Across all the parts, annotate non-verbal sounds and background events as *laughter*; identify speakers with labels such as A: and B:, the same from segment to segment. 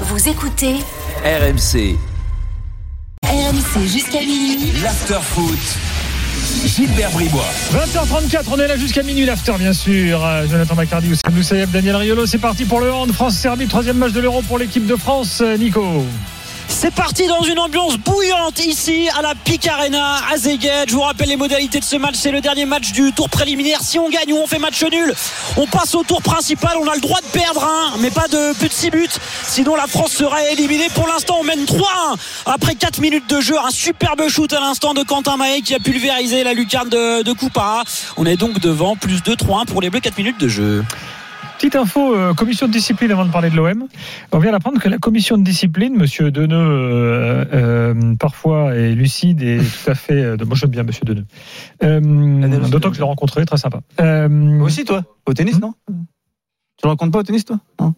A: Vous écoutez
B: RMC,
A: RMC jusqu'à minuit.
B: l'afterfoot, Gilbert Bribois.
C: 20h34, on est là jusqu'à minuit l'after bien sûr. Euh, Jonathan Macardy, Oussam Loussaïeb, Daniel Riolo, c'est parti pour le hand. France-Serbie, troisième match de l'Euro pour l'équipe de France. Euh, Nico
D: C'est parti dans une ambiance bouillante ici à la Pic Arena à Zeged. Je vous rappelle les modalités de ce match. C'est le dernier match du tour préliminaire. Si on gagne ou on fait match nul, on passe au tour principal. On a le droit de perdre un, mais pas de plus de 6 buts. Sinon, la France sera éliminée. Pour l'instant, on mène 3-1 après 4 minutes de jeu. Un superbe shoot à l'instant de Quentin Mahé qui a pulvérisé la lucarne de, de Coupa. On est donc devant plus 2-3-1 pour les Bleus. 4 minutes de jeu.
C: Petite info, euh, commission de discipline avant de parler de l'OM. On vient d'apprendre que la commission de discipline, Monsieur Deneux, euh, euh, parfois est lucide et tout à fait. euh, de- moi j'aime bien Monsieur Deneux. Euh,
E: Deneux,
C: D'autant que je l'ai rencontré, très sympa. Euh,
E: Moi aussi, toi Au tennis,
C: Hmm.
E: non Tu le racontes pas au tennis, toi Non,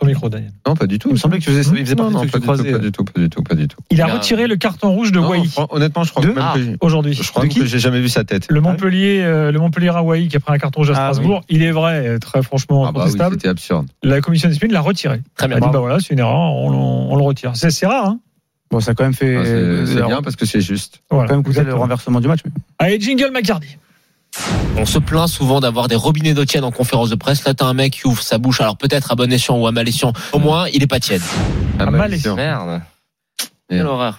C: Ton micro, Daniel.
F: Non, pas du tout.
E: Il me semblait que tu faisais, il faisait
F: non,
E: partie
F: non,
E: de ceux que
F: pas, du tout,
E: croisais.
F: pas du tout, pas du tout, pas du tout.
C: Il a
F: Non.
C: retiré le carton rouge de
F: Non,
C: Wai
F: fran- honnêtement, je crois
E: De-
F: même
E: Ah.
F: que j'ai-
C: aujourd'hui.
F: je crois
E: De
F: même
E: qui
F: que j'ai jamais vu sa tête.
C: Le Montpellier, euh, le Montpellier Hawaii qui a pris un carton rouge à
E: Ah, oui.
C: Strasbourg, il est vrai, euh, très franchement
F: Ah bah oui,
C: incontestable.
F: c'était absurde.
C: la commission de discipline l'a retiré.
D: Très
C: Elle a dit bah voilà, c'est une erreur, on, on- on le retire. C'est c'est rare. Hein
E: Bon, ça a quand même fait.
F: Ah, c'est-
E: ça
F: C'est
E: a
F: bien parce que c'est juste.
C: voilà,
E: quand même coûté le Ah
C: exactement.
E: renversement du match. mais-
C: Allez, jingle McCarthy.
G: On se plaint souvent d'avoir des robinets d'eau tiède en conférence de presse. Là, t'as un mec qui ouvre sa bouche, alors peut-être à bon escient ou à mal escient. Au moins, il est pas tiède.
F: Ah,
C: mal
F: malicieux.
G: Merde.
F: Quelle
G: horreur.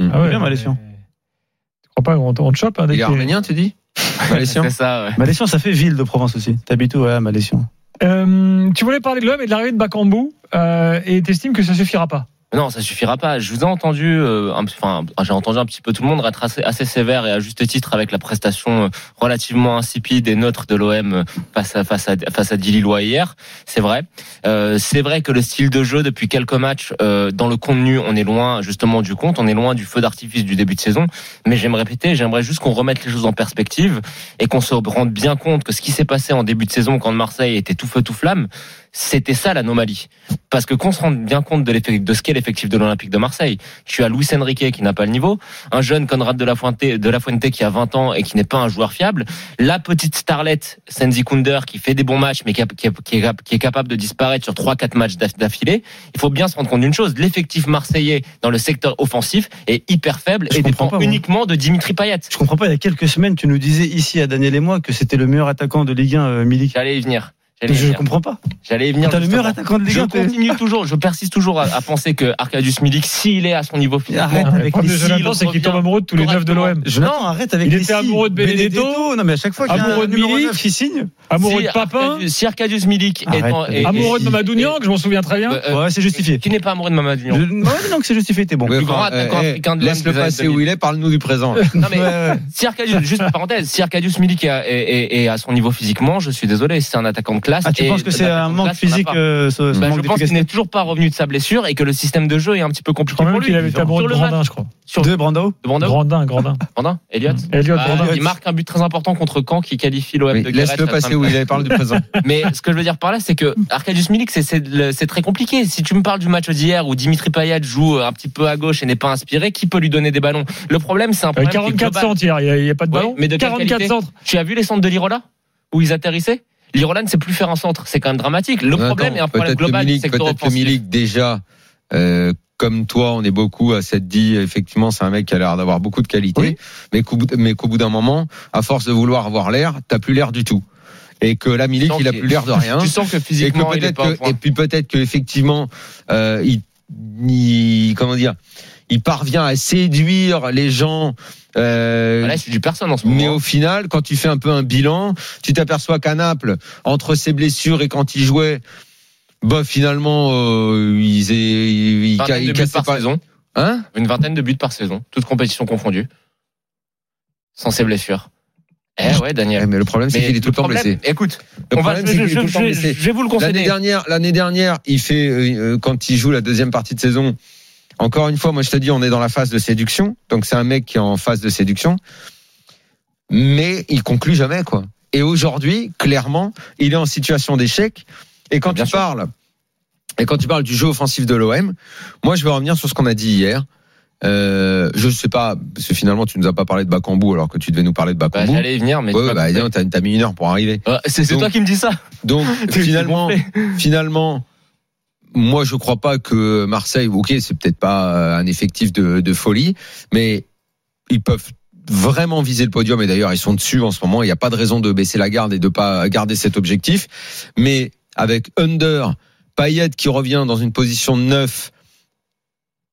F: Hum.
E: bien,
C: Ah mais-
E: Maléfiant.
C: Tu crois pas qu'on te- on te chope hein, dès
F: Les
C: que-
F: Arméniens, tu dis
G: *laughs*
F: Malaissiens
G: ça, ouais.
E: Malécian, ça fait ville de province aussi. T'habites où, ouais, Malécian
C: Euh, Tu voulais parler de l'homme et de l'arrivée de Bakambu euh, et t'estimes que ça suffira pas.
G: Non, ça suffira pas. Je vous ai entendu, euh, un- enfin, j'ai entendu un petit peu tout le monde être assez, assez sévère et à juste titre avec la prestation euh, relativement insipide et neutre de l'OM face à face à face à Dililois hier. C'est vrai. Euh, c'est vrai que le style de jeu depuis quelques matchs, euh, dans le contenu, on est loin justement du compte, on est loin du feu d'artifice du début de saison. Mais j'aime répéter, j'aimerais juste qu'on remette les choses en perspective et qu'on se rende bien compte que ce qui s'est passé en début de saison quand Marseille était tout feu tout flamme, c'était ça l'anomalie parce que qu'on se rende bien compte de, l'effectif- de ce qu'est l'effectif de l'Olympique de Marseille. Tu as Luis Enrique qui n'a pas le niveau, un jeune Conrad de la Fuente, de la Fuente qui a 20 ans et qui n'est pas un joueur fiable, la petite starlette Senzi Kunder qui fait des bons matchs mais qui, a- qui a- qui est, cap- qui est capable de disparaître sur 3-4 matchs d'aff- d'affilée. Il faut bien se rendre compte d'une chose, l'effectif marseillais dans le secteur offensif est hyper faible
E: Je
G: et
E: comprends
G: dépend
E: pas, moi.
G: uniquement de Dimitri Payet.
E: Je comprends pas, il y a quelques semaines, tu nous disais ici à Daniel et moi que c'était le meilleur attaquant de Ligue 1, euh, Milik.
G: J'allais y venir. J'allais y
E: Je
G: venir.
E: comprends pas.
G: J'allais y venir.
E: T'as le meilleur
G: justement.
E: attaquant de Ligue
G: Je
E: 1. t'es-
G: continue toujours, je persiste toujours à, à penser que Arcadius Milik, s'il est à son niveau physique,
E: Arrête
C: hein. le
E: avec les
C: problème de
E: cils.
C: Jonathan, c'est qu'il tombe amoureux de tous les neufs de l'OM.
E: Jonathan, arrête avec
C: Il
E: les
C: était
E: cils.
C: amoureux de Benedetto.
E: Non, mais à chaque fois qu'il y a
C: Amoureux
E: un
C: de
E: numéro
C: Milik.
E: 9 qui signe,
C: Amoureux
G: si
C: de Papin,
G: Arcadius- si Arcadius Milik
E: Arrête,
G: est en-
E: euh,
G: est-
C: amoureux de
G: est-
C: Mamadou Niang, je m'en souviens très bien.
F: Bah,
G: Euh, euh,
E: ouais, c'est justifié.
G: Qui n'est pas amoureux de Mamadou
E: Je-
G: Niang
E: Ouais, donc c'est justifié, t'es bon.
F: Ouais,
G: plus grand
F: enfin,
G: attaquant
F: eh,
G: africain de
F: Laisse
G: l'Est
F: le
G: de la
F: passé
G: Ligue.
F: où il est, parle-nous du
G: *laughs*
F: présent.
G: Non
E: *laughs*
G: mais
E: Ouais, ouais.
G: si Arcadius, juste une parenthèse, si Arcadius Milik est, est- est- est à son niveau physiquement, je suis désolé, c'est un attaquant de classe.
E: Ah, tu
G: et
E: penses que c'est
G: l'attaquant
E: un
G: de
E: manque
G: classe, il y en a
E: physique,
G: pas.
E: euh, ce, ce
G: Bah, je
E: manque
G: pense qu'il
E: d'efficacité
G: n'est toujours pas revenu de sa blessure et que le système de jeu est un petit peu
C: Je
G: compliqué
C: crois
G: pour
C: même
G: lui.
C: qu'il avait été amoureux
G: Sur
C: de
G: le match
C: Grandin, je crois.
G: sur
E: De Mm. Brando
G: de Brando,
C: Grandin,
F: *laughs*
C: Grandin.
G: Brandin, Elliot.
C: Elliot
G: Bah,
C: Grandin.
G: il marque un but très important contre Caen qui qualifie l'OM
F: Oui,
G: de
F: Laisse
G: Guéret.
F: le passer où il est, parle du présent.
G: Mais ce que je veux dire par là, c'est que Arcadius Milik, c'est- c'est le- c'est très compliqué. Si tu me parles du match d'hier où Dimitri Payet joue un petit peu à gauche et n'est pas inspiré, qui peut lui donner des ballons Le problème, c'est un
C: Euh,
G: problème. qui est
C: 44
G: global.
C: centres hier, il n'y a, il y a pas de
G: Ouais,
C: ballon.
G: mais de quelle
C: 44
G: qualité
C: centres.
G: Tu as vu les centres de Lirola Où ils atterrissaient Lirola ne sait plus faire un centre. C'est quand même dramatique. Le problème
F: Attends,
G: est un problème
F: peut-être que
G: global du
F: Milik,
G: secteur
F: Peut-être que
G: offensif.
F: Milik, déjà, euh, comme toi, on est beaucoup à s'être dit, effectivement, c'est un mec qui a l'air d'avoir beaucoup de qualité,
E: Oui.
F: mais qu'au bout, mais qu'au bout d'un moment, à force de vouloir avoir l'air, t'as plus l'air du tout. Et que là, Milik,
G: sens
F: il a
G: qu'il-
F: plus l'air de rien.
G: *laughs* Tu sens que
F: Et, que
G: physiquement, il est
F: peut-être
G: pas au
F: que-
G: point.
F: et puis peut-être que effectivement, euh, il, il- comment dire, il parvient à séduire les gens. euh,
G: Bah Là, je suis du personne en ce
F: mais
G: moment.
F: au final, quand tu fais un peu un bilan, tu t'aperçois qu'à Naples, entre ses blessures et quand il jouait, bah finalement, euh, ils, aient- ils, ils,
G: Vingtaine
F: ils
G: de buts
F: cassaient
G: par
F: pas.
G: saison.
F: Hein
G: Une vingtaine de buts par saison. Toutes compétitions confondues. Sans ses blessures. Eh ouais, Daniel.
F: Eh, Mais le problème, c'est
G: Mais
F: qu'il est tout le temps
G: problème-
F: blessé.
G: Écoute,
F: Le
G: on va-
F: problème,
G: je-
F: c'est qu'il est
G: je-
F: tout le temps
G: je-
F: blessé.
G: je vais vous le
F: L'année
G: concéder.
F: dernière, l'année dernière, il fait euh, euh, quand il joue la deuxième partie de saison. Encore une fois, moi je te dis, on est dans la phase de séduction. Donc c'est un mec qui est en phase de séduction, mais il conclut jamais quoi. Et aujourd'hui, clairement, il est en situation d'échec. Et quand
G: Bien
F: tu
G: sûr.
F: parles, et quand tu parles du jeu offensif de l'OM, moi je vais revenir sur ce qu'on a dit hier. Euh, je sais pas, parce que finalement tu nous as pas parlé de Bakambu alors que tu devais nous parler de
G: Bah,
F: Bakambu.
G: J'allais y venir, mais.
F: Ouais,
G: tu m'as
F: bah,
G: coupé.
F: disons, t'as t'as mis une heure pour arriver.
G: Ah, C'est c'est
F: Donc-
G: toi qui me
F: *laughs*
G: dis ça.
F: Donc
G: *laughs* C'est-
F: finalement,
G: c'est
F: finalement, moi je crois pas que Marseille, ok, c'est peut-être pas euh, un effectif de, de folie, mais ils peuvent vraiment viser le podium et d'ailleurs ils sont dessus en ce moment. Il n'y a pas de raison de baisser la garde et de pas garder cet objectif. Mais avec Under, Payet qui revient dans une position de neuf.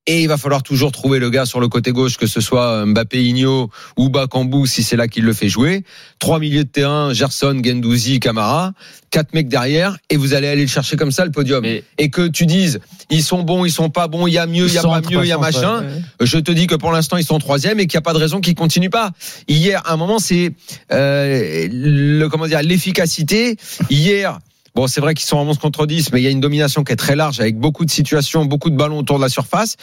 F: Et il va falloir toujours trouver le gars sur le côté gauche, que ce soit euh, Mbappé Igno ou Bakambu, si c'est là qu'il le fait jouer. Trois milieux de terrain, Gerson, Gendouzi, Camara quatre mecs derrière et vous allez aller le chercher comme ça le podium
G: Mais-
F: et que tu dises ils sont bons ils sont pas bons il y a mieux il y a
E: Sans
F: pas mieux il y a
E: croissance,
F: machin
E: ouais.
F: je te dis que pour l'instant ils sont troisième et qu'il n'y a pas de raison qu'ils continuent pas hier à un moment c'est euh, le comment dire l'efficacité hier Bon, c'est vrai qu'ils sont en 11 contre 10, mais il y a une domination qui est très large avec beaucoup de situations, beaucoup de ballons autour de la surface.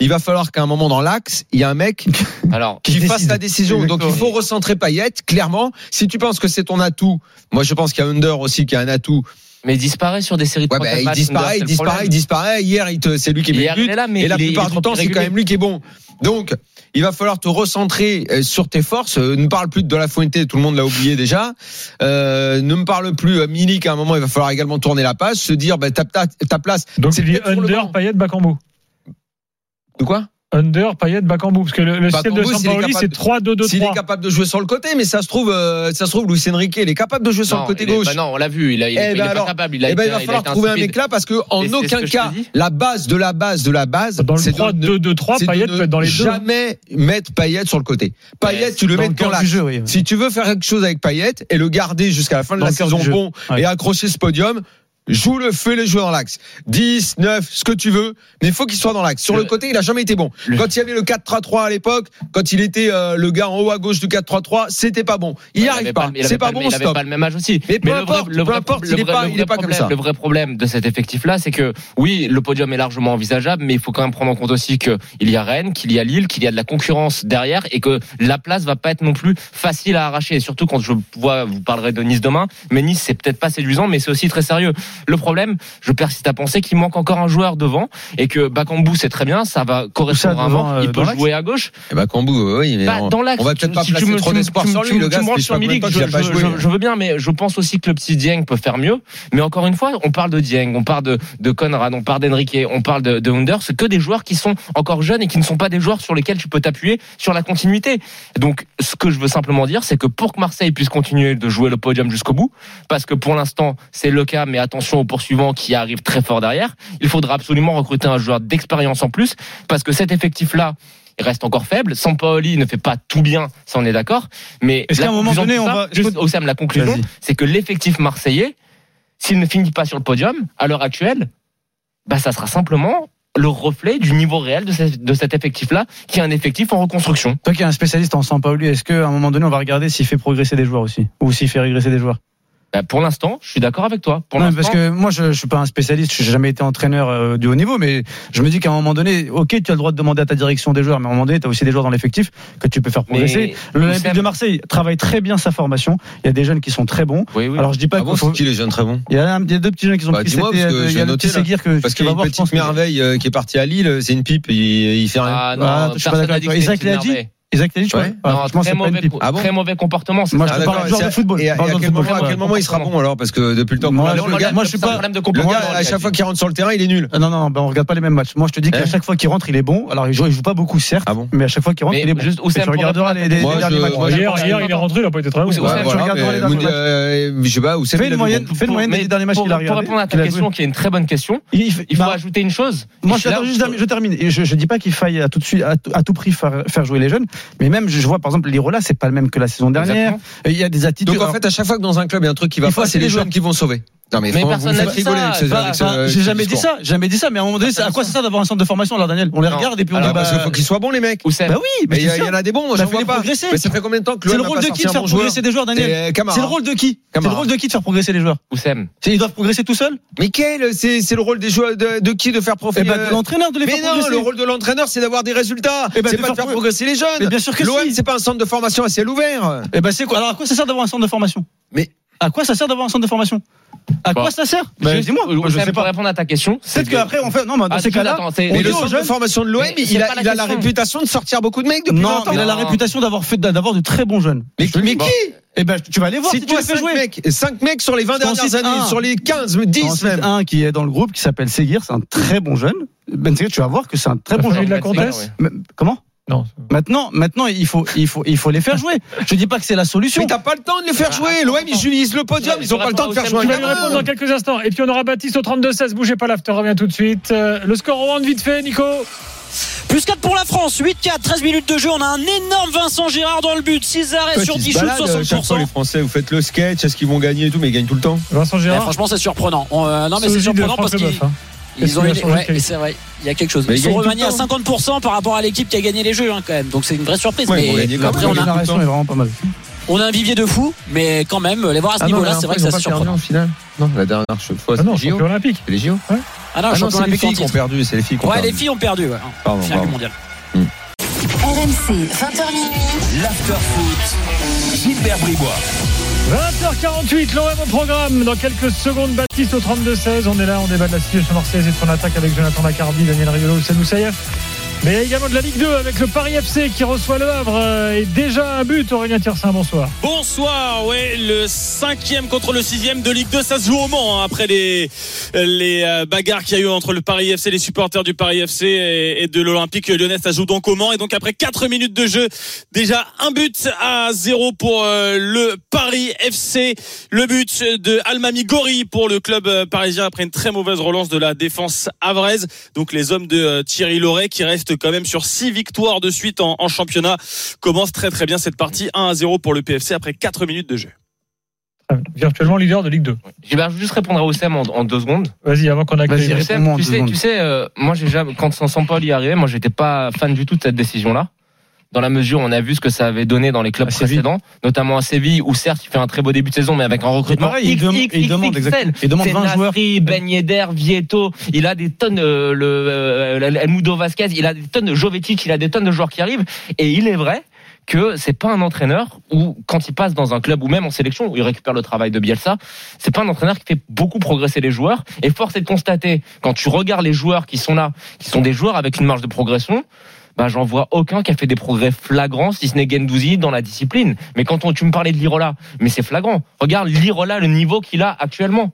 F: Il va falloir qu'à un moment dans l'axe, il y a un mec
G: Alors,
F: qui
E: Qui
F: fasse
E: décide.
F: la décision. Donc
E: Exactement.
F: il faut recentrer Payet, clairement. Si tu penses que c'est ton atout, moi je pense qu'il y a Under aussi qui a un atout.
G: mais il disparaît sur des séries de
F: Ouais,
G: trois,
F: bah,
G: quatre
F: il
G: matchs,
F: disparaît,
G: c'est
F: il
G: le
F: disparaît, il
G: problème.
F: disparaît. Hier, il te- c'est lui qui
G: Il
F: met
G: est
F: le but.
G: arrivé là, mais
F: Et la
G: il est-
F: plupart
G: il est
F: du temps, c'est quand
G: irrégulier.
F: même lui qui est bon. Donc, il va falloir te recentrer euh, sur tes forces. Euh, Ne parle plus de la Fuente, tout le monde l'a oublié déjà. Euh, ne me parle plus euh, Milik. À un moment, il va falloir également tourner la page, se dire bah, ta, ta- ta place.
C: Donc
F: c'est
C: il dit
F: peut-être sur le banc.
C: under, Payet, Bakambu.
F: De quoi
C: Under, Payet, Bakambu. Parce que le, le système de
F: Bah, Bakambu, s'il est
C: Sampaoli,
F: capable-
C: c'est 3-2-2-3.
F: S'il est capable de jouer sur le côté, mais ça se trouve, euh, ça se trouve, Luis Enrique, il est capable de jouer sur
G: Non,
F: le côté
G: il est-
F: gauche.
G: bah non, on l'a vu, il, a, il, est-
F: Eh
G: il
F: ben
G: est
F: alors,
G: pas capable. Il, a
F: Eh ben,
G: été-
F: il va
G: a
F: falloir
G: été
F: trouver un
G: insipide.
F: mec là parce que en
G: Et c'est ce
F: aucun
G: que je
F: cas
G: te dis.
F: la base de la base de la base
C: Dans le
F: c'est de ne-
C: 3-2-2-3,
F: c'est de
C: Payet
F: ne
C: peut être dans les deux.
F: jamais mettre Payet sur le côté. Payet
G: Ouais,
F: tu le
E: Dans
F: mets
E: le
F: dans
E: cœur
F: la
E: du jeu, oui.
F: Si tu veux faire quelque chose avec Payet et le garder jusqu'à la fin de
E: Dans
F: la
E: le cœur
F: saison
E: du jeu.
F: bon
E: Ouais.
F: et accrocher ce podium Joue le feu, les joueurs dans l'axe. 10, 9, ce que tu veux, mais il faut qu'il soit dans l'axe. Sur le,
G: Le-
F: côté, il a jamais été bon.
G: Le-
F: Quand il y avait le 4-3-3 à l'époque, quand il était euh, le gars en haut à gauche du 4-3-3, c'était pas bon. Il n'y
G: Ouais,
F: arrive
G: avait
F: pas.
G: le- il
F: C'est
G: avait
F: pas
G: le-
F: bon,
G: Il avait
F: stop.
G: pas le même âge aussi.
F: Mais peu importe, peu importe, il est pas- il est pas comme
G: problème-
F: ça.
G: Le vrai problème de cet effectif-là, c'est que oui, le podium est largement envisageable, mais il faut quand même prendre en compte aussi qu'il y a Rennes, qu'il y a Lille, qu'il y a de la concurrence derrière et que la place va pas être non plus facile à arracher. Et surtout quand je vois, vous parlerez de Nice demain, mais Nice c'est peut-être pas séduisant, mais c'est aussi très sérieux. Le problème, je persiste à penser qu'il manque encore un joueur devant et que Bakambu c'est très bien, ça va correspondre à un
E: devant,
G: vent, il
E: euh,
G: peut
E: dans l'axe
G: jouer à gauche,
F: Eh ben, Kambu, euh, oui, mais
G: bah,
F: on,
G: dans l'axe,
F: on va
G: tu-
F: peut-être pas
G: si tu
F: placer
G: me-
F: trop
G: tu me-
F: d'espoir
G: tu me-
F: sur
G: tu
F: lui.
G: me-
F: Le
G: tu
F: gars,
G: me branches
F: c'est
G: sur
F: pas
G: Milik,
F: Milik,
G: je,
F: il a pas
G: je-
F: joué.
G: je- je veux bien, mais je pense aussi que le petit Dieng peut faire mieux. Mais encore une fois, on parle de Dieng, on parle de, de Conrad, on parle d'Enrique, on parle de, de Under. C'est que des joueurs qui sont encore jeunes et qui ne sont pas des joueurs sur lesquels tu peux t'appuyer sur la continuité. Donc, ce que je veux simplement dire, c'est que pour que Marseille puisse continuer de jouer le podium jusqu'au bout, parce que pour l'instant, c'est le cas, mais attention aux poursuivants qui arrivent très fort derrière, il faudra absolument recruter un joueur d'expérience en plus, parce que cet effectif-là, il reste encore faible. Sampaoli ne fait pas tout bien, ça on est d'accord. Mais
E: Est-ce qu'à
G: la
E: un moment
G: conclusion
E: donné,
G: de
E: on
G: ça,
E: va-
G: juste, Oussam, la conclusion,
E: Vas-y.
G: c'est que l'effectif marseillais, s'il ne finit pas sur le podium, à l'heure actuelle, bah, ça sera simplement le reflet du niveau réel de, ce- de cet effectif-là, qui est un effectif en reconstruction.
E: Toi qui es un spécialiste en Sampaoli, est-ce qu'à un moment donné, on va regarder s'il fait progresser des joueurs aussi Ou s'il fait régresser des joueurs
G: Bah, pour l'instant, je suis d'accord avec toi. Pour
E: Non,
G: l'instant,
E: parce que moi, je, je suis pas un spécialiste, je n'ai jamais été entraîneur euh, du haut niveau, mais je me dis qu'à un moment donné, ok, tu as le droit de demander à ta direction des joueurs, mais à un moment donné, tu as aussi des joueurs dans l'effectif que tu peux faire progresser.
G: Mais-
E: L'Olympique de Marseille travaille très bien sa formation. Il y a des jeunes qui sont très bons.
G: Oui, oui.
E: Alors, je dis pas
F: Ah bon,
E: qu'il faut-
F: c'est qui les jeunes très bons
E: Il y a un- il y a deux petits jeunes qui sont
F: Bah,
E: pris.
F: dis-moi,
E: cet
F: parce
E: été,
F: que
E: euh,
F: j'ai
E: il y a le
F: noté,
E: petit
F: là.
E: Seguir que
F: Parce
E: tu
F: qu'il y
E: vas
F: a une
E: voir, je pense,
F: petite
E: mais-
F: merveille euh, qui est partie à Lille, c'est une pipe, il, il fait rien.
G: Ah non,
E: Bah, je suis pas
G: personne
E: d'accord
G: n'a dit
E: avec
G: que
E: toi. Isaac
G: c'était
E: l'a
G: une
E: dit.
G: merveille.
E: Isaac Tadic,
F: Ouais.
E: ouais. Ouais,
G: Non,
E: franchement,
G: très,
E: c'est pas une
G: mauvais,
E: pipe.
G: co-
F: Ah bon
G: très mauvais comportement. c'est
E: Moi, je
F: Ah,
G: ça.
E: te
F: d'accord,
E: parle de joueur
F: et
E: de football.
F: Et à, et à
E: Pas de joueur de
F: quel moment,
E: football.
F: à quel moment il sera bon alors Parce que depuis le temps qu'on
E: Moi,
F: l'a-
E: je
F: le gars,
E: regarde- moi, je suis
G: C'est un
E: pas-
G: problème de
F: le
G: comportement,
F: gars,
G: le
F: à
G: gars.
F: chaque fois qu'il rentre sur le terrain, il est nul.
E: Ah Non, non, ben on regarde pas les mêmes matchs. Moi, je te dis qu'à
F: Hein
E: chaque fois qu'il rentre, il est bon. Alors, il joue, il joue pas beaucoup, certes,
F: Ah bon
E: mais à chaque fois qu'il rentre,
G: Mais
E: il est bon.
G: juste,
E: Et
G: Oussem,
E: tu
G: pour
E: regarderas les, les- les
F: Moi,
E: derniers
F: je-
E: matchs.
F: moi,
E: Hier,
C: Hier, hier, il est rentré, il a pas été très bon.
G: Ou c'est- ou
F: Ouais,
G: Oussem, tu
F: voilà,
E: regardes dans les
F: mais
E: derniers
F: Moody-
E: matchs.
F: euh, Je sais pas, où c'est
E: Fais une moyenne, fais une moyenne
G: mais
E: des derniers matchs
G: pour-
E: qu'il a
G: Pour
E: regardé.
G: répondre à ta
E: qu'il a
G: question,
E: joué.
G: qui est une très bonne question,
E: Il, il-
G: il faut
E: bah,
G: ajouter une chose.
E: moi,
G: Et
E: je,
G: là,
E: attends, juste, je- je termine. Et Je, je dis pas qu'il faille à tout de suite, à, tout- à tout prix faire, faire jouer les jeunes, mais même, je, je vois par exemple Lirola, c'est pas le même que la saison dernière.
G: Exactement.
E: Et Il y a des attitudes.
F: Donc en fait, à chaque fois que dans un club, il y a un truc qui va
E: Il faut
F: pas,
E: acheter
F: c'est les
E: des joueurs.
F: jeunes qui vont sauver. Non, mais,
G: Mais
F: franchement,
G: personne
F: vous me
G: n'a
F: faites
G: dit ça.
F: rigoler avec ce-
G: Bah,
F: avec ce-
E: Enfin,
F: avec ce
E: j'ai jamais dit
F: discours. Ah,
E: ça, j'ai jamais dit ça. Mais à un moment donné, c'est- à quoi ça sert d'avoir un centre de formation, alors Daniel On les
G: Non.
E: regarde et puis on
F: Alors,
E: dit
F: parce qu'il
E: bah.
F: faut qu'ils soient bons, les mecs.
G: Ou c'est
E: Bah oui, mais
F: Mais il y,
E: c'est
F: a- il y
E: ça.
F: en a des bons, moi,
E: Bah,
F: j'en
E: faut les
F: vois pas.
E: progresser.
F: Mais ça fait combien de temps que
E: C'est
F: l'OM
E: le
F: a
E: rôle
F: pas
E: de
F: sorti
E: qui de
F: un
E: faire
F: bon joueur
E: progresser des joueurs, Daniel
F: C'est, euh, Camara.
E: C'est le rôle de qui C'est le
F: Camara.
E: rôle de qui de faire progresser les joueurs
G: Oussem.
E: C'est- Ils doivent progresser tout seuls
F: Mais quel C'est c'est le rôle des joueurs de, de qui de faire profiter
E: Eh ben, de l'entraîneur de les
F: Mais
E: faire
F: non,
E: progresser.
F: le rôle de l'entraîneur, c'est d'avoir des résultats.
E: Eh ben,
F: c'est
E: de
F: pas de
E: faire
F: faire
E: pro-
F: progresser les jeunes.
E: Mais bien sûr que
F: L'OM,
E: si.
F: c'est pas un centre de formation à ciel ouvert.
E: Eh ben c'est quoi Alors à quoi ça sert d'avoir un centre de formation
F: Mais-
E: à quoi ça sert d'avoir un centre de formation À
G: Bon.
E: quoi ça sert
G: Bah,
E: Dis-moi.
G: Oussem,
E: Moi, Je sais
G: pour
E: pas.
G: répondre à ta question,
E: Peut-être qu'après on fait. Non, mais dans
G: Ah,
E: ces
G: tu-
E: cas-là,
G: attends, c'est-
E: on
F: Mais
E: dit
F: le
E: aux
F: centre de
E: jeunes.
F: formation de l'OM,
G: Mais c'est
F: il, a
G: pas la
F: il a la
G: question.
F: réputation de sortir beaucoup de mecs depuis
E: Non,
F: longtemps.
E: mais il a la
G: Non.
E: réputation d'avoir fait d'avoir de très bons jeunes.
F: Mais,
G: Je-
F: mais
G: bon.
F: qui
E: Eh ben tu vas les voir si tu
F: Cite-moi
E: les fais
F: 5
E: jouer.
F: mecs. 5 mecs sur les 20
E: T'en
F: dernières
E: cites
F: années,
E: un.
F: sur les 15,
E: Il y
F: 10
E: en a
F: même.
E: un qui est dans le groupe qui s'appelle Seguir, c'est un très bon jeune. Ben Seguir, tu vas voir que c'est un très bon
C: Enfin,
E: jeune.
C: il de la comtesse
G: conteste
E: Mais- Comment
C: Non.
E: Maintenant, maintenant, il faut, il faut, il faut les faire jouer. Je dis pas que c'est la solution.
F: Mais t'as pas le temps de les faire
G: Ah,
F: jouer.
G: attends,
F: L'OM, ils
G: attends.
F: utilisent le podium,
G: Ouais,
F: ils ont
G: faut
F: pas le temps de faire jouer
G: répondre au
C: Tu vas
F: un
C: lui
G: Cameroun.
C: répondre dans
F: gamin.
C: quelques instants. Et puis on aura Baptiste au 32-16. Bougez pas, l'after revient tout de suite. Euh, le score au round, vite fait, Nico.
D: Plus 4 pour la France, 8-4, 13 minutes de jeu. On a un énorme Vincent Gérard dans le but, 6 arrêts sur 10 shoots,
C: euh,
D: 60%.
F: Français, vous faites le sketch, est-ce qu'ils vont gagner et tout, mais ils gagnent tout le temps.
C: Vincent
D: Eh,
C: Gérard.
D: franchement, c'est surprenant. On, euh, non, mais c'est
C: Sosie de
D: surprenant
C: Franck
D: parce qu'ils
C: Leboeuf, hein.
D: ils ont une.
C: Qu'est-ce qu'il a changé
D: Ouais,
C: de qualité
D: c'est vrai, il y a quelque chose.
F: Mais
D: ils
F: ils
D: sont
F: gagnent tout le
D: remaniés à
F: temps.
D: 50% par rapport à l'équipe qui a gagné les jeux, hein, quand même. Donc c'est une vraie surprise.
F: Ouais, ils vont
D: mais
F: gagner quand
D: après,
F: même.
D: on a,
E: La narration est vraiment pas mal.
D: on a un vivier de fous, mais quand même, les
F: Ah
D: voir à ce niveau-là, c'est vrai que ça c'est surprenant.
F: en finale. Non, la dernière fois,
C: Ah
F: c'est
C: non,
F: les JO.
C: champion olympique.
F: C'est les JO.
D: Ah non,
F: Ah non,
D: champion
F: c'est les
D: olympique en
F: filles qui ont
D: titre.
F: perdu, c'est les filles qui ont
D: Ouais,
F: perdu.
D: les filles ont perdu, ouais. Hein,
F: Pardon,
D: Finale du
F: pardon.
D: mondial.
A: RMC, 20h minuit.
B: L'afterfoot, Gilbert Bribois.
C: 20h48, l'OM au programme. Dans quelques secondes, Baptiste au 32-16. On est là, on débat de la situation marseillaise et de son attaque avec Jonathan Lacardi, Daniel Riolo, Hussein Oussaïef. Mais également de la Ligue 2 avec le Paris FC qui reçoit le Havre. euh, Et déjà un but, Aurélien Tiersin, bonsoir.
H: Bonsoir, ouais, le cinquième contre le sixième de Ligue 2, ça se joue au Mans hein, après les les euh, bagarres qu'il y a eu entre le Paris FC, les supporters du Paris FC et, et de l'Olympique Lyonnais, ça se joue donc au Mans et donc après quatre minutes de jeu, déjà un but à zéro pour euh, le Paris FC, le but de Almami Gori pour le club euh, parisien après une très mauvaise relance de la défense havraise. Donc les hommes de euh, Thierry Loret qui restent quand même sur six victoires de suite en- en championnat commence très très bien cette partie 1 à 0 pour le PFC après 4 minutes de jeu.
C: Très bien. Virtuellement leader de Ligue 2.
G: Gilbert, je veux juste répondre à Oussem en, en deux secondes.
C: Vas-y, avant qu'on accueille.
E: Vas-y,
G: Tu
E: réponds.
G: sais,
E: Réponds-moi en
G: tu
E: deux
G: sais,
E: secondes.
G: tu sais, euh, moi j'ai jamais, quand San Paul y arrivait, moi j'étais pas fan du tout de cette décision-là. Dans la mesure où on a vu ce que ça avait donné dans les clubs
E: À Séville.
G: précédents, notamment à Séville, où certes il fait un très beau début de saison, mais avec un
E: C'est
G: recrutement
E: pareil, il, dem- il demande
G: XXXL.
E: exactement. Il demande
G: C'est
E: 20 joueurs.
G: Nasri, Ben Yedder, Vieto, il a des tonnes, euh, le, euh, le- le- Mudo Vasquez, il a des tonnes de Jovetic, il a des tonnes de joueurs qui arrivent. Et il est vrai que c'est pas un entraîneur où, quand il passe dans un club ou même en sélection, où il récupère le travail de Bielsa, c'est pas un entraîneur qui fait beaucoup progresser les joueurs. Et force est de constater, quand tu regardes les joueurs qui sont là, qui sont des joueurs avec une marge de progression, bah, j'en vois aucun qui a fait des progrès flagrants, si ce n'est Gendouzi dans la discipline. Mais quand on, tu me parlais de Lirola, mais c'est flagrant. Regarde Lirola, le niveau qu'il a actuellement.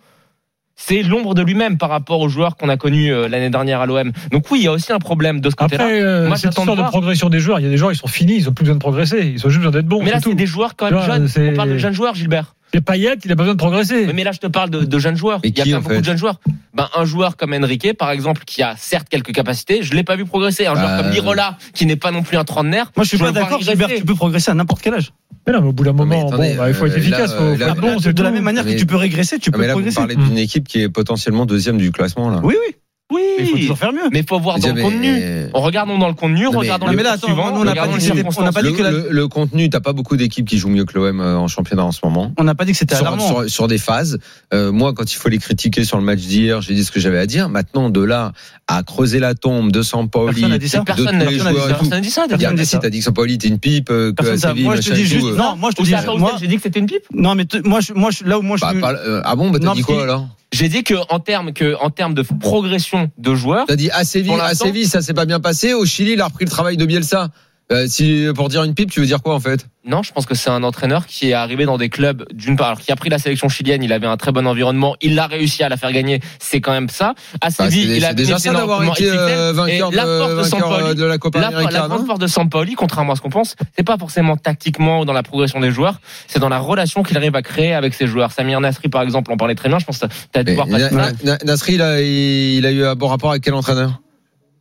G: C'est l'ombre de lui-même par rapport aux joueurs qu'on a connus euh, l'année dernière à l'OM. Donc oui, il y a aussi un problème de ce côté-là.
C: Après, euh,
G: Moi,
C: cette
G: j'attends de
C: histoire de
G: voir.
C: progression des joueurs, il y a des joueurs, ils sont finis, ils ont plus besoin de progresser, ils ont juste besoin d'être bons.
G: mais là,
C: c'est
G: c'est
C: tout.
G: des joueurs quand même
C: Tu vois, c'est-
G: jeunes. On parle de jeunes joueurs, Gilbert.
C: Et Payet, il a besoin de progresser.
G: Oui, Mais là, je te parle de, de jeunes joueurs.
F: Mais
G: Il y a
F: qui,
G: plein
F: en
G: beaucoup
F: fait
G: de jeunes joueurs. Ben, un joueur comme Enrique, par exemple, qui a certes quelques capacités, je l'ai pas vu progresser. Un joueur
F: Bah,
G: comme Lirola, qui n'est pas non plus un trentenaire.
E: Moi, je suis
G: je
E: pas
G: le vois
E: d'accord,
G: régresser.
E: Gilbert. Tu peux progresser à n'importe quel âge.
C: Mais non, mais au bout d'un
F: mais
C: moment,
F: attendez,
C: bon, bah, il faut être
F: euh,
C: efficace,
F: là,
C: faut
F: euh,
C: faire
F: là,
C: bon, c'est
E: de la
C: tout.
E: même manière que
F: Mais-
E: tu peux régresser, tu
F: Non,
E: peux
F: mais là, vous
E: progresser.
F: parlez d'une équipe qui est potentiellement deuxième du classement. Là.
E: Oui, oui. Il faut
G: Oui.
E: toujours faire mieux.
G: Mais faut voir
F: Je
G: dans
F: veux
G: le
F: dire,
G: contenu.
F: mais- euh,
G: En regardons dans le contenu,
F: Non, mais-
G: regardons
E: mais
G: le
E: là,
G: match
E: attends,
G: suivant,
E: nous, on n'a pas
G: regardons
E: dit
G: les
E: que c'était-
G: circonstances.
E: on n'a pas dit
F: le,
E: que la-
F: le- le contenu, t'as pas beaucoup d'équipes qui jouent mieux que l'OM en championnat en ce moment.
E: On n'a pas dit que c'était
F: Sur,
E: alarmant.
F: sur, sur des phases. Euh, moi, quand il faut les critiquer sur le match d'hier, j'ai dit ce que j'avais à dire. Maintenant, de là à creuser la tombe de Sampaoli,
E: Personne n'a dit ça.
F: de
G: Personne
F: tous
G: n'a
F: les
G: dit ça.
F: joueurs et tout.
G: Personne n'a dit ça.
F: Il y a
E: Personne n'a dit
F: si
E: ça.
F: t'as dit que Sampaoli était une pipe, euh, que
E: Personne ça.
F: Séville,
E: Moi, je te
F: machin
E: dis
F: et tout,
E: juste.
F: euh,
E: Non, moi, je te
G: Ou
E: dis.
G: ça,
E: moi-
G: Oussem, J'ai dit que c'était une pipe.
E: Non, mais te- moi, je- moi, je- là où moi je.
F: bah, pas- euh, ah bon, bah,
E: Non,
F: t'as dit
E: parce
F: quoi
E: qu'il-
F: alors
G: J'ai dit que en termes que en termes de progression de joueurs,
F: T'as dit à Séville,
G: Pour
F: à
G: l'instant-
F: Séville, ça s'est pas bien passé. Au Chili, il a repris le travail de Bielsa. Euh, si pour dire une pipe, tu veux dire quoi en fait
G: non, je pense que c'est un entraîneur qui est arrivé dans des clubs d'une part, alors qui a pris la sélection chilienne, il avait un très bon environnement, il a réussi à la faire gagner, c'est quand même ça. À
F: Bah,
G: Séville,
F: c'est-
G: il a
F: c'est déjà
G: pris
F: ça d'avoir été euh,
G: XXL, et
F: vainqueur, de,
G: la force de
F: vainqueur,
G: Sampaoli-
F: euh, de la Copa
G: La, la
F: América.
G: grande
F: non
G: force de Sampaoli, contrairement à ce qu'on pense, c'est pas forcément tactiquement ou dans la progression des joueurs, c'est dans la relation qu'il arrive à créer avec ses joueurs. Samir Nasri, par exemple, on parlait très bien, je pense que t'as dû
F: Mais
G: voir passer
F: Na-
G: ça.
F: Na- Na- Nasri, il a, il, il a eu un bon rapport avec quel entraîneur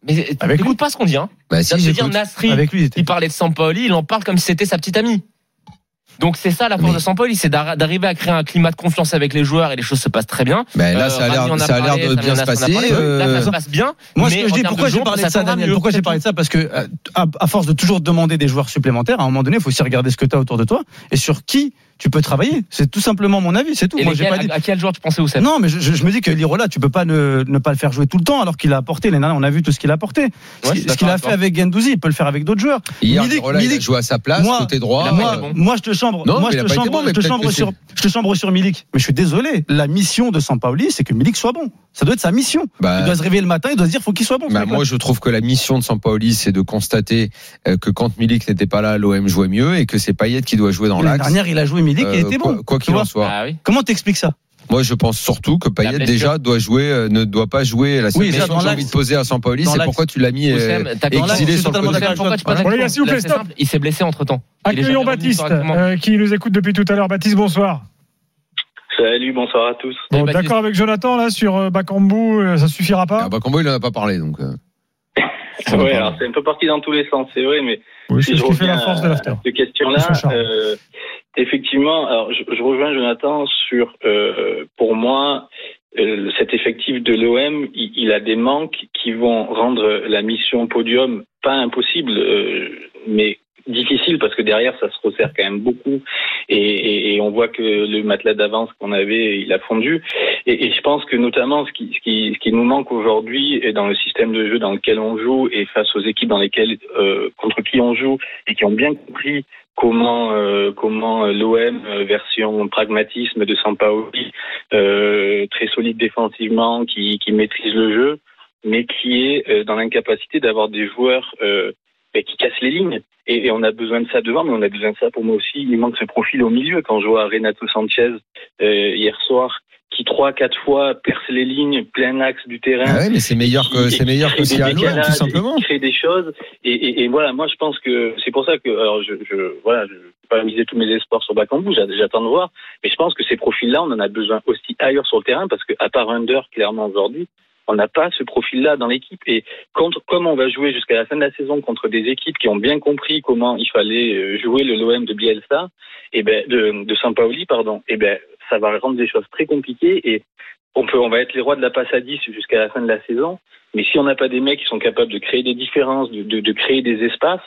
G: Mais
E: Avec
G: t'écoutes pas ce qu'on dit, hein.
F: Bah
G: Ça veut dire
F: j'écoute.
G: Nasri,
E: Avec lui, il était-
G: il parlait de Sampaoli, il en parle comme si c'était sa petite amie. Donc c'est ça la force de Sampoli, c'est d'ar- d'arriver à créer un climat de confiance avec les joueurs et les choses se passent très bien.
F: Mais Ben là,
G: Euh,
F: ça a l'air-
G: Rami en
F: ça a l'air
G: parlé,
F: de
G: Fabien
F: bien se
G: Nas en a
F: passer,
G: parlé.
F: euh,
G: Là, ça se passe bien.
E: Moi, ce
G: mais
E: que je
G: en
E: dis,
G: termes
E: pourquoi
G: de
E: j'ai
G: jeu,
E: parlé
G: on
E: de ça,
G: s'attend à
E: Daniel
G: mieux,
E: Pourquoi j'ai
G: c'est
E: parlé
G: tout.
E: de ça Parce que, euh, à, à force de toujours demander des joueurs supplémentaires, à un moment donné, il faut aussi regarder ce que tu as autour de toi et sur qui tu peux travailler. C'est tout simplement mon avis, c'est tout.
G: Et
E: Moi, j'ai
G: lesquels-
E: pas dit-
G: à, à quel joueur tu pensais où c'est
E: Non, mais je, je- je me dis que Lirola, tu peux pas ne, ne pas le faire jouer tout le temps alors qu'il a apporté. Les nanas, on a vu tout ce qu'il a apporté. Ce
G: Ouais,
E: qui-
G: je suis
E: ce qu'il
G: d'accord
E: a
G: avec
E: fait
G: toi.
E: avec Gendouzi, il peut le faire avec d'autres joueurs.
F: Hier,
E: Milik-
F: Roland, il a
E: Milik,
F: joué à sa place,
E: moi-
F: côté droit.
G: il a
E: moi,
G: pas été bon.
E: moi, je te chambre,
F: Non,
E: moi,
F: mais
E: je
F: il a
E: te
F: pas été
E: chambre,
F: bon, mais
E: je te
F: peut-être
E: chambre
F: que
E: sur, je te chambre sur Milik. Mais je suis désolé, la mission de Sampaoli, c'est que Milik soit bon. Ça doit être sa mission.
F: Bah,
E: il doit se réveiller le matin, il doit se dire, faut qu'il soit bon. ce
F: Bah,
E: mec-là.
F: moi, je trouve que la mission de Sampaoli, c'est de constater euh, que quand Milik n'était pas là, l'OM jouait mieux et que c'est Payet qui doit jouer dans
E: L'année
F: l'axe.
E: dernière, il a joué Milik et
F: Euh,
E: il était
F: quoi-
E: bon.
F: Quoi
E: Tu
F: qu'il en
E: vois.
F: soit.
G: Ah oui.
E: Comment t'expliques ça
F: Moi, je pense surtout que Payet
G: blessure.
F: déjà doit jouer, euh, ne doit pas jouer. La seule
E: Oui, déjà,
F: question
E: dans
F: que j'ai envie
E: l'axe.
F: de poser à Sampaoli,
E: Dans
F: c'est
E: l'axe.
F: pourquoi tu l'as mis euh,
G: Oussem, t'as-
F: exilé
G: dans l'axe,
E: je suis
F: sur le
E: totalement
F: côté.
E: d'accord.
G: Oussem, pourquoi tu
E: Voilà.
G: passes
C: Bon, les gars, s'il vous plaît, stop.
G: Il s'est blessé entre temps.
C: Accueillons Baptiste euh, qui nous écoute depuis tout à l'heure. Baptiste, bonsoir.
I: Salut, bonsoir à tous.
C: Bon,
G: Baptiste.
C: d'accord avec Jonathan là sur euh, Bakambu, euh, ça suffira pas.
F: Ah, bah, Combo, il en a pas parlé, donc. euh, on
I: *laughs*
F: en
I: Ouais,
F: parle.
I: alors c'est un peu parti dans tous les sens, c'est vrai, mais
C: Oui,
I: si
C: c'est
I: je
C: ce qui fait
I: reviens
C: la force de
I: à
C: l'after.
I: cette question-là,
C: Ils sont charmés.
I: euh, effectivement, alors je, je rejoins Jonathan sur, euh, pour moi, euh, cet effectif de l'OM, il, il a des manques qui vont rendre la mission podium pas impossible, euh, mais difficile parce que derrière ça se resserre quand même beaucoup et, et- et on voit que le matelas d'avance qu'on avait il a fondu et, et je pense que notamment ce qui, ce, qui, ce qui nous manque aujourd'hui et dans le système de jeu dans lequel on joue et face aux équipes dans lesquelles euh, contre qui on joue et qui ont bien compris comment euh, comment euh, l'OM euh, version pragmatisme de Sampaoli euh, très solide défensivement qui, qui maîtrise le jeu mais qui est euh, dans l'incapacité d'avoir des joueurs euh, ben, qui cassent les lignes et, et on a besoin de ça devant, mais on a besoin de ça pour moi aussi. Il manque ce profil au milieu. Quand je vois Renato Sanchez euh, hier soir, qui trois, quatre fois perce les lignes, plein axe du terrain.
F: Ah ouais, mais c'est meilleur que,
I: qui-
F: c'est meilleur
I: qui
F: que
I: crée
F: si
I: des
F: à l'OM,
I: décalages
F: tout
I: et
F: simplement.
I: Qui crée des choses. Et, et- et voilà, moi je pense que c'est pour ça que, alors je, je voilà, je vais pas miser tous mes espoirs sur Bakambu, j'a- j'attends de voir. Mais je pense que ces profils-là, on en a besoin aussi ailleurs sur le terrain parce que à part Under, clairement aujourd'hui, on n'a pas ce profil-là dans l'équipe. Et contre, comme on va jouer jusqu'à la fin de la saison contre des équipes qui ont bien compris comment il fallait euh, jouer le LOM de Bielsa, et ben de, de Sampaoli, pardon, et ben ça va rendre des choses très compliquées et on peut, on va être les rois de la passe à 10 jusqu'à la fin de la saison. Mais si on n'a pas des mecs qui sont capables de créer des différences, de, de- de créer des espaces,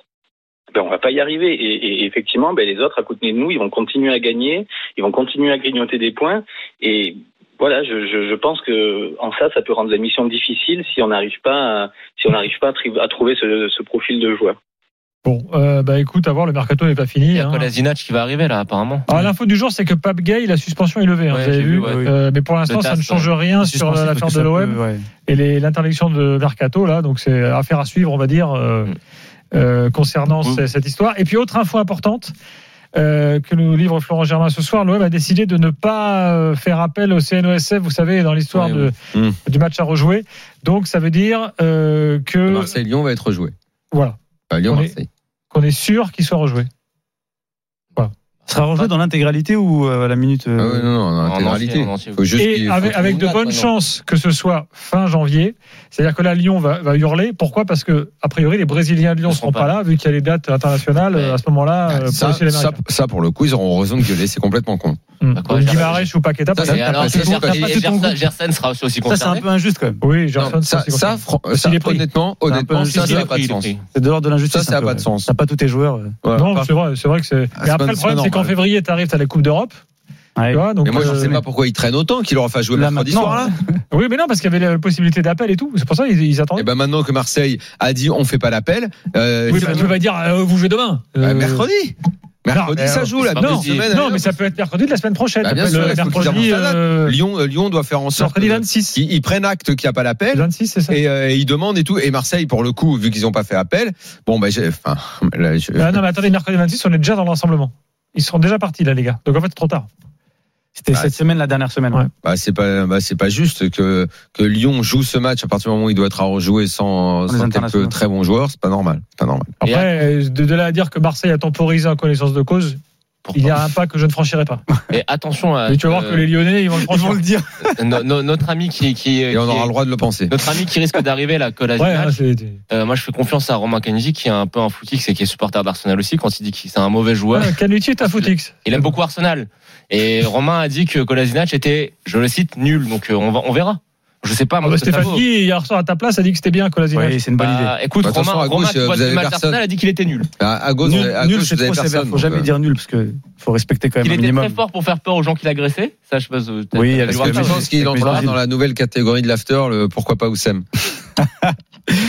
I: ben on va pas y arriver. Et, et effectivement, ben les autres à côté de nous, ils vont continuer à gagner, ils vont continuer à grignoter des points. Et voilà, je, je, je pense que en ça, ça peut rendre la mission difficile si on n'arrive pas, à, si on n'arrive pas à, tri- à trouver ce, ce profil de joueur.
C: Bon, euh, bah écoute, à voir, le mercato n'est pas
G: Il
C: fini.
G: y a
C: hein.
G: Kolasinac qui va arriver là apparemment.
F: Ah,
C: Alors l'info du jour, c'est que Pape Gay, la suspension est levée. hein,
G: Ouais,
C: vous avez
G: j'ai
C: vu,
G: vu, ouais.
C: Euh, mais pour l'instant,
G: Le
C: ça
G: TAS,
C: ne change rien sur euh,
F: euh,
E: Suspensif,
C: l'affaire
E: parce
C: de
E: que ça
C: l'OM
E: peut- ouais.
C: et les- l'interdiction de mercato là. Donc c'est affaire à suivre, on va dire, euh,
G: Mm.
C: euh, concernant
G: Mm.
C: ce- cette histoire. Et puis autre info importante. euh, que nous livre Florent Germain ce soir, l'OM a décidé de ne pas euh, faire appel au CNOSF, vous savez, dans l'histoire
G: Ouais, Mm.
C: de,
F: ouais.
C: du match à rejouer. Donc ça veut dire euh, que
F: Marseille-Lyon va être rejoué.
C: voilà,
F: Enfin, Lyon-Marseille.
C: qu'on est sûr qu'il soit rejoué.
E: Ce sera rejoué dans l'intégralité ou euh, à la minute euh,
F: Ah ouais, non, non, en
G: En
F: intégralité.
G: entier, en entier.
F: Faut juste
C: Et
F: qu'il-
C: avec,
F: faut
C: avec
F: qu'il
C: de
F: mate,
C: bonnes
F: maintenant.
C: chances que ce soit fin janvier. C'est-à-dire que là, Lyon va, va hurler. Pourquoi Parce que, a priori, les Brésiliens de Lyon ne seront pas là, vu qu'il y a les dates internationales
G: Ouais.
C: euh, à ce moment-là. euh,
F: Ah,
C: pour
F: Ça,
C: laisser les
F: ça,
C: Américains.
F: ça, pour le coup, ils auront raison de gueuler, c'est complètement con.
C: Hmm.
G: Bah, quoi,
C: Donc,
G: Gerson-
C: Guimarães ou Paqueta,
F: Ça,
C: peut-être.
G: Et
F: t'as
G: alors,
F: pas tout-
G: Gerson-
F: t'as pas
G: et
F: tout
G: Gerson- Gerson sera aussi aussi
E: Ça, c'est un
G: concerné.
E: peu injuste quand même.
C: Oui,
F: Non,
C: Gerson,
F: ça,
C: c'est aussi
F: ça,
C: concerné.
F: fran-
C: S'il
F: ça,
C: est pris.
F: honnêtement,
E: C'est un
F: honnêtement,
E: peu
F: ça,
G: Il
F: ça
G: est
F: n'a pas
G: pris,
F: de
G: il est
F: sens.
G: pris.
E: C'est de l'ordre de l'injustice.
F: Ça, ça
E: un
F: a
E: peu,
F: pas
E: ouais.
F: de sens.
E: T'as pas tous tes joueurs. euh.
F: Voilà.
C: Non,
F: Par-
C: c'est vrai, c'est vrai que c'est.
F: Ah,
C: Et
F: c'est
C: après,
F: pas-
C: le
F: c'est
C: problème,
F: pas
C: c'est qu'en
F: normal.
C: février, t'arrives, t'as la Coupe d'Europe.
E: Ouais.
C: Tu vois, donc,
F: Mais moi, je ne
C: euh,
F: sais pas pourquoi ils traînent autant, qu'il leur a fait jouer
E: Là,
F: mercredi
E: maintenant,
F: soir, là.
C: Oui, mais non, parce qu'il y avait la possibilité d'appel et tout. C'est pour ça qu'ils ils
E: hein.
C: attendaient.
F: Et ben maintenant que Marseille a dit on fait pas l'appel, euh,
C: oui,
F: ça-
C: bah, tu peux pas dire, euh, vous jouez demain.
F: bah,
C: Euh,
F: mercredi. Mercredi,
C: mais,
F: ça
C: euh,
F: joue, là. deux
G: c'est pas
C: Non,
G: possible.
F: semaines,
C: non,
F: hein.
C: mais ça peut être mercredi de la semaine prochaine.
F: Bah, bien
C: Le
F: sûr, il faut qu'ils
C: mercredi,
F: gardent ça là.
C: euh,
F: Lyon, euh, Lyon doit faire en sorte
C: mercredi
F: de-
C: 26.
F: qu'ils- ils prennent acte qu'il n'y a pas l'appel.
C: 26, c'est ça.
F: Et, euh, et ils demandent et tout. Et Marseille, pour le coup, vu qu'ils n'ont pas fait appel, bon, ben, j'ai- enfin, *laughs* là, je-
C: Ah non, mais attendez, mercredi 26, on est déjà dans l'ensemble. Ils sont déjà partis, là, les gars. Donc, en fait, c'est trop tard.
E: C'était
F: Ouais.
E: cette semaine, la dernière semaine.
C: Ouais.
F: bah, c'est pas, bah, c'est pas juste que, que Lyon joue ce match à partir du moment où il doit être à rejouer sans,
E: Sans les
F: sans
E: internationaux.
F: quelques très bons joueurs. C'est pas normal. C'est pas normal.
G: Et
C: Après, euh, de de là à dire que Marseille a temporisé en connaissance de cause, il y a un pas que je ne franchirai pas.
G: Et attention à. euh,
C: Mais tu vas voir que les Lyonnais, ils vont le franchir.
E: Ils vont le dire.
G: No- no- notre ami qui, qui,
F: Et on
G: qui
F: aura
G: est-
F: le droit de le penser.
G: notre ami qui risque d'arriver là, Colas
C: Ouais, hein, c'est-
G: Euh, moi, je fais confiance à Romain Canuti, qui est un peu un footix et qui est supporter d'Arsenal aussi. Quand il dit que c'est un mauvais joueur,
C: Ouais, Canuti est un footix.
G: il aime beaucoup Arsenal. Et Romain a dit que Kolasinac était, je le cite, nul. Donc euh, on, va, on verra. Je sais pas.
C: Ah
G: moi,
C: bah,
G: ce que ça vaut.
C: Stéphanie, hier soir à ta place, a dit que c'était bien, Colasinac.
E: Oui, c'est une bonne idée.
G: Bah, écoute,
F: Bah, de toute façon,
G: Romain,
F: à
G: Romain,
F: gauche,
G: tu vois
F: vous
G: tous les
F: avez
G: matchs
F: personne.
G: d'Arsenal, a dit qu'il était nul.
F: Bah, À, à gauche, vous avez- à
E: Nul, nul,
F: gauche,
E: c'est
F: vous avez
E: trop sévère.
F: personne.
E: Faut jamais
F: donc, euh,
E: dire nul parce que faut respecter quand même
G: Il
E: un
G: était
E: minimum.
G: très fort pour faire peur aux gens qui l'agressaient. Ça, je pense. euh, t'as-
E: Oui,
G: t'as dû
E: parce
G: voir
F: Parce que
G: ça,
F: je
E: Voilà.
F: pense qu'il
E: Avec
F: entrera
E: Benzema.
F: dans la nouvelle catégorie de l'after, le pourquoi
E: *laughs*
F: pas Oussem. Ah,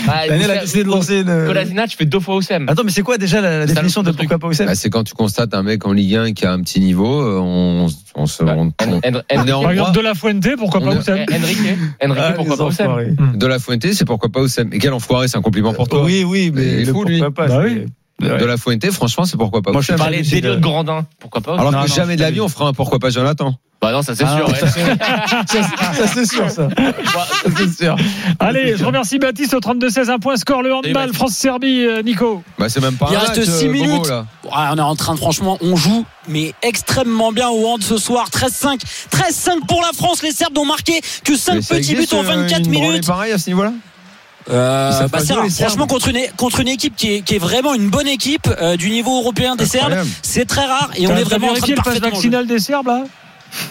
G: Bah,
E: L'année, elle a
G: Oussem-
E: décidé de lancer une- euh,
G: Kolasinac, je fais deux fois Oussem.
E: Attends, Ah, mais c'est quoi déjà la, la
G: Ça,
E: définition
G: le
E: de
G: truc.
E: pourquoi pas Oussem
F: Bah, c'est quand tu constates un mec en Ligue 1 qui a un petit niveau, euh, on, on se.
G: Bah,
F: on-
G: En-
F: on-
G: En-
F: on est en
C: Par exemple,
F: droit.
C: De La Fuente, pourquoi
F: On
C: pas
F: est-
C: Oussem
G: En- Enrique, Enrique,
E: Ah,
G: pourquoi
E: les
G: pas Oussem
E: enfoirés.
F: De la Fuente, c'est pourquoi pas Oussem. Et quel enfoiré, c'est un compliment pour toi.
E: Oui, oui,
F: Il
E: mais
F: est
E: le
F: fou, lui.
E: pourquoi pas
C: Bah
E: c'est-
C: oui.
E: Ouais.
F: De la Fuente, franchement, c'est pourquoi pas
E: Moi, je
F: Oussem.
E: suis
G: Parler
E: c'est
G: d'Elliot
E: de-
G: Grandin, pourquoi pas Oussem
F: Alors
E: Non,
F: que
E: non,
F: jamais de la
E: c'est-
F: vie, on fera un pourquoi pas Jonathan.
G: Bah non, ça c'est
E: Ah,
G: sûr. ouais.
E: ça, c'est- ça, c'est sûr, ça. Ça, *laughs* c'est sûr.
C: Allez, je remercie Baptiste au 32-16. Un point score, le handball,
I: Baptiste.
C: France-Serbie, euh, Nico.
F: Bah, c'est même pas
I: Il
F: un
I: reste
F: match,
I: six
F: euh, Bobo,
I: minutes.
F: là.
I: Ouais, on est en train de, franchement, on joue, mais extrêmement bien au hand ce soir. 13-5, 13-5 pour la France. Les Serbes n'ont marqué que 5
F: Mais ça
I: petits buts
F: existe,
I: en
F: euh,
I: 24
F: une branlée
I: minutes.
F: pareille à ce niveau-là
I: Euh,
F: Ils savent
I: bah,
F: pas
I: c'est
F: jouer,
I: rare.
F: les Serbes.
I: Franchement, contre une, contre une équipe qui est, qui est vraiment une bonne équipe euh, du niveau européen des Serbes,
F: Incroyable.
I: c'est très rare et on
C: T'as-
I: est
C: t'as
I: vraiment en train
C: vérifié
I: de
C: le passe
I: parfaitement jouer.
C: vaccinal des Serbes, là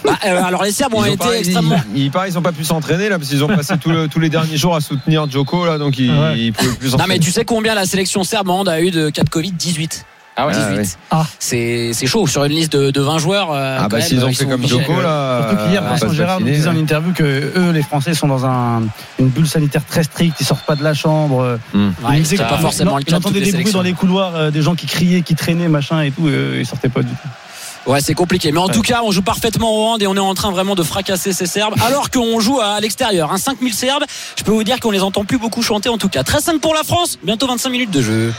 I: Bah, euh, alors les Serbes ont
F: Ils ont
I: été
F: pas- ils-
I: extrêmement.
F: Il paraît qu'ils n'ont pas pu s'entraîner là parce qu'ils ont passé tout le- tous les derniers jours à soutenir Joko là donc ils
C: Ouais.
F: ils pouvaient plus
I: Non mais
F: s'entraîner.
I: tu sais combien la sélection serbe en a eu de cas de Covid 18.
G: Ah ouais.
I: 18.
C: Ah.
I: C'est c'est chaud sur une liste de, de 20 joueurs. euh,
F: Ah
I: quand
F: bah
I: même,
F: s'ils ont
I: ils
F: fait
I: sont
F: comme
I: obligés.
F: Joko là.
E: Surtout qu'hier,
F: euh,
E: Vincent
F: pas se
E: Gérard nous
F: vacciner.
E: disait en interview que eux, les Français, sont dans un, une bulle sanitaire très stricte, ils sortent pas de la chambre.
I: Ouais,
E: Il disait
I: c'est
E: que-
I: pas forcément le
E: Il
I: cas de toutes
E: entendait
I: les
E: des bruits
I: sélections.
E: dans les couloirs, euh, des gens qui criaient, qui traînaient, machin et tout, et ils sortaient pas du tout.
I: Ouais, c'est compliqué. Mais en tout cas, on joue parfaitement au hand et on est en train vraiment de fracasser ces
F: *laughs*
I: Serbes. Alors qu'on joue à l'extérieur. Hein, 5000 Serbes, je peux vous dire qu'on les entend plus beaucoup chanter en tout cas. 13-5 pour la France, bientôt 25 minutes de jeu.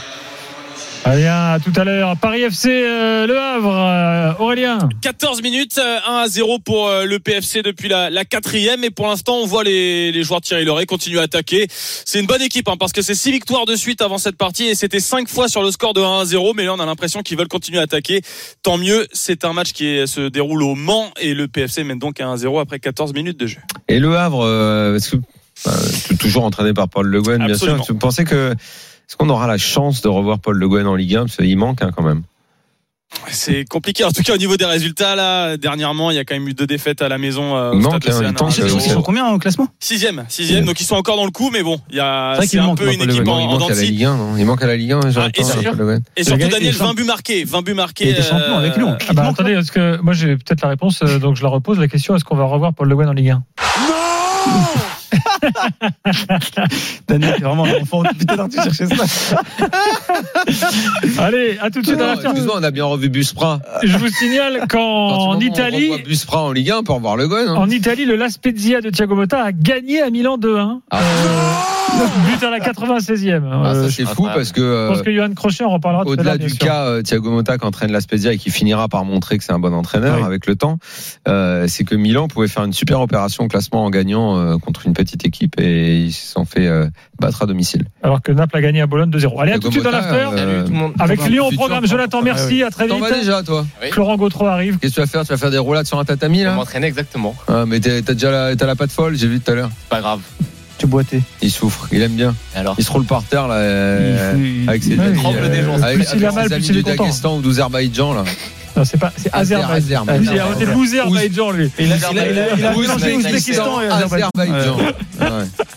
C: Allez, à tout à l'heure. Paris FC, euh, Le Havre, euh, Aurélien.
J: 14 minutes, euh, 1 à 0 pour euh, le PFC depuis la, la quatrième. Et pour l'instant, on voit les, les joueurs de Thierry Loret continuer à attaquer. C'est une bonne équipe hein, parce que c'est 6 victoires de suite avant cette partie et c'était 5 fois sur le score de 1 à 0. Mais là, on a l'impression qu'ils veulent continuer à attaquer. Tant mieux, c'est un match qui est- se déroule au Mans et le PFC mène donc à 1 à 0 après 14 minutes de jeu.
F: Et le Havre euh, parce que, bah, t- toujours entraîné par Paul Le Guen bien sûr.
J: Absolument.
F: Tu pensais que est-ce qu'on aura la chance de revoir Paul Le Guen en Ligue 1 parce qu'il manque hein, quand même.
J: C'est compliqué. En tout cas, au niveau des résultats, là, dernièrement, il y a quand même eu deux défaites à la maison. euh, au
F: Il
J: Stade
F: manque, hein, il
J: Océane,
F: tente,
J: un à
E: Ils
F: euh, au Mmh.
J: zéro.
F: c'est-
E: sont combien hein au classement
J: Sixième, sixième. Donc ils sont encore dans le coup, mais bon, il y a
E: C'est vrai
J: c'est
E: qu'il
J: un
E: manque,
J: peu
E: moi,
J: une
E: Paul Le
J: équipe
F: Non,
J: en,
F: il
J: en
F: manque
J: dents
F: à
J: de
F: la
J: scie.
F: Ligue 1 non il manque à la Ligue 1
I: Ah,
F: j'entends,
J: et
G: sûr.
F: Paul Le Guen.
J: Et
E: Le
J: surtout
E: gars, il
J: Daniel,
E: est champ-
J: 20 buts marqués, 20 buts marqués.
E: Il était champion
J: euh,
E: avec Lyon.
C: Ah bah, attendez, parce que moi j'ai peut-être la réponse, euh, donc je la repose. La question, est-ce qu'on va revoir Paul Le Guen en Ligue 1
E: Daniel, t'es vraiment un *laughs* enfant. Putain, non, tu cherchais ça.
C: Allez, à tout de suite dans
F: Non,
C: l'after.
F: Excuse-moi, on a bien revu Buspra.
C: Je vous
F: *laughs*
C: signale qu'en Italie,
F: Buspra en Ligue 1 pour voir Le Guen. hein.
C: en Italie, le La Spezia de Thiago Motta a gagné à Milan 2-1.
F: Ah.
C: Euh, *laughs* but à la 96e.
F: Ah,
C: Euh,
F: ça
C: je
F: c'est fou
G: incroyable.
F: parce que euh,
C: pense que Johan Crochet en reparlera tout à l'heure.
F: Au-delà
C: bien
F: du
C: sûr.
F: cas euh, Thiago Motta qui entraîne la Spezia et qui finira par montrer que c'est un bon entraîneur
C: Oui.
F: avec le temps, euh, c'est que Milan pouvait faire une super opération au classement en gagnant euh, contre une petite équipe et ils se sont fait euh, battre à domicile.
C: Alors que Naples a gagné à Bologne 2-0. Allez, à tout de
F: Thiago
C: suite dans
F: Motta,
C: l'after.
F: euh,
G: Salut tout le monde.
C: Avec
F: dans le
C: Lyon au
F: futur,
C: programme, Jonathan, merci, à très
F: Ah T'en vas
C: vite.
F: déjà toi
G: Oui.
C: Florent Gautreau arrive.
F: Qu'est-ce que tu vas faire Tu vas faire des roulades sur un tatami
G: Je
F: là
G: m'entraînais exactement.
F: ah, Mais t'es- t'as déjà la, t'as la patte folle, j'ai vu tout à l'heure.
G: C'est Pas grave.
E: Tu boitais.
F: Il souffre, il aime bien.
G: Et Alors.
F: Il se roule par terre là. euh, Avec ses
C: Ouais,
F: amis,
G: tremble
F: euh,
G: des gens.
F: avec-
C: Plus il a
F: avec
C: mal, plus
F: ses amis
C: il est
F: du
C: content.
F: Daghestan ou d'Azerbaïdjan là.
C: Non, c'est pas, c'est Azerbaïdjan.
F: Azerbaïdjan.
C: Ah, oui, C'est Bouzerbaïdjan, lui.
E: Il a il a- il a- il a
F: Ouzbékistan,
E: mélangé Ouzbékistan et Azerbaïdjan.
F: Azerbaïdjan. Ouais.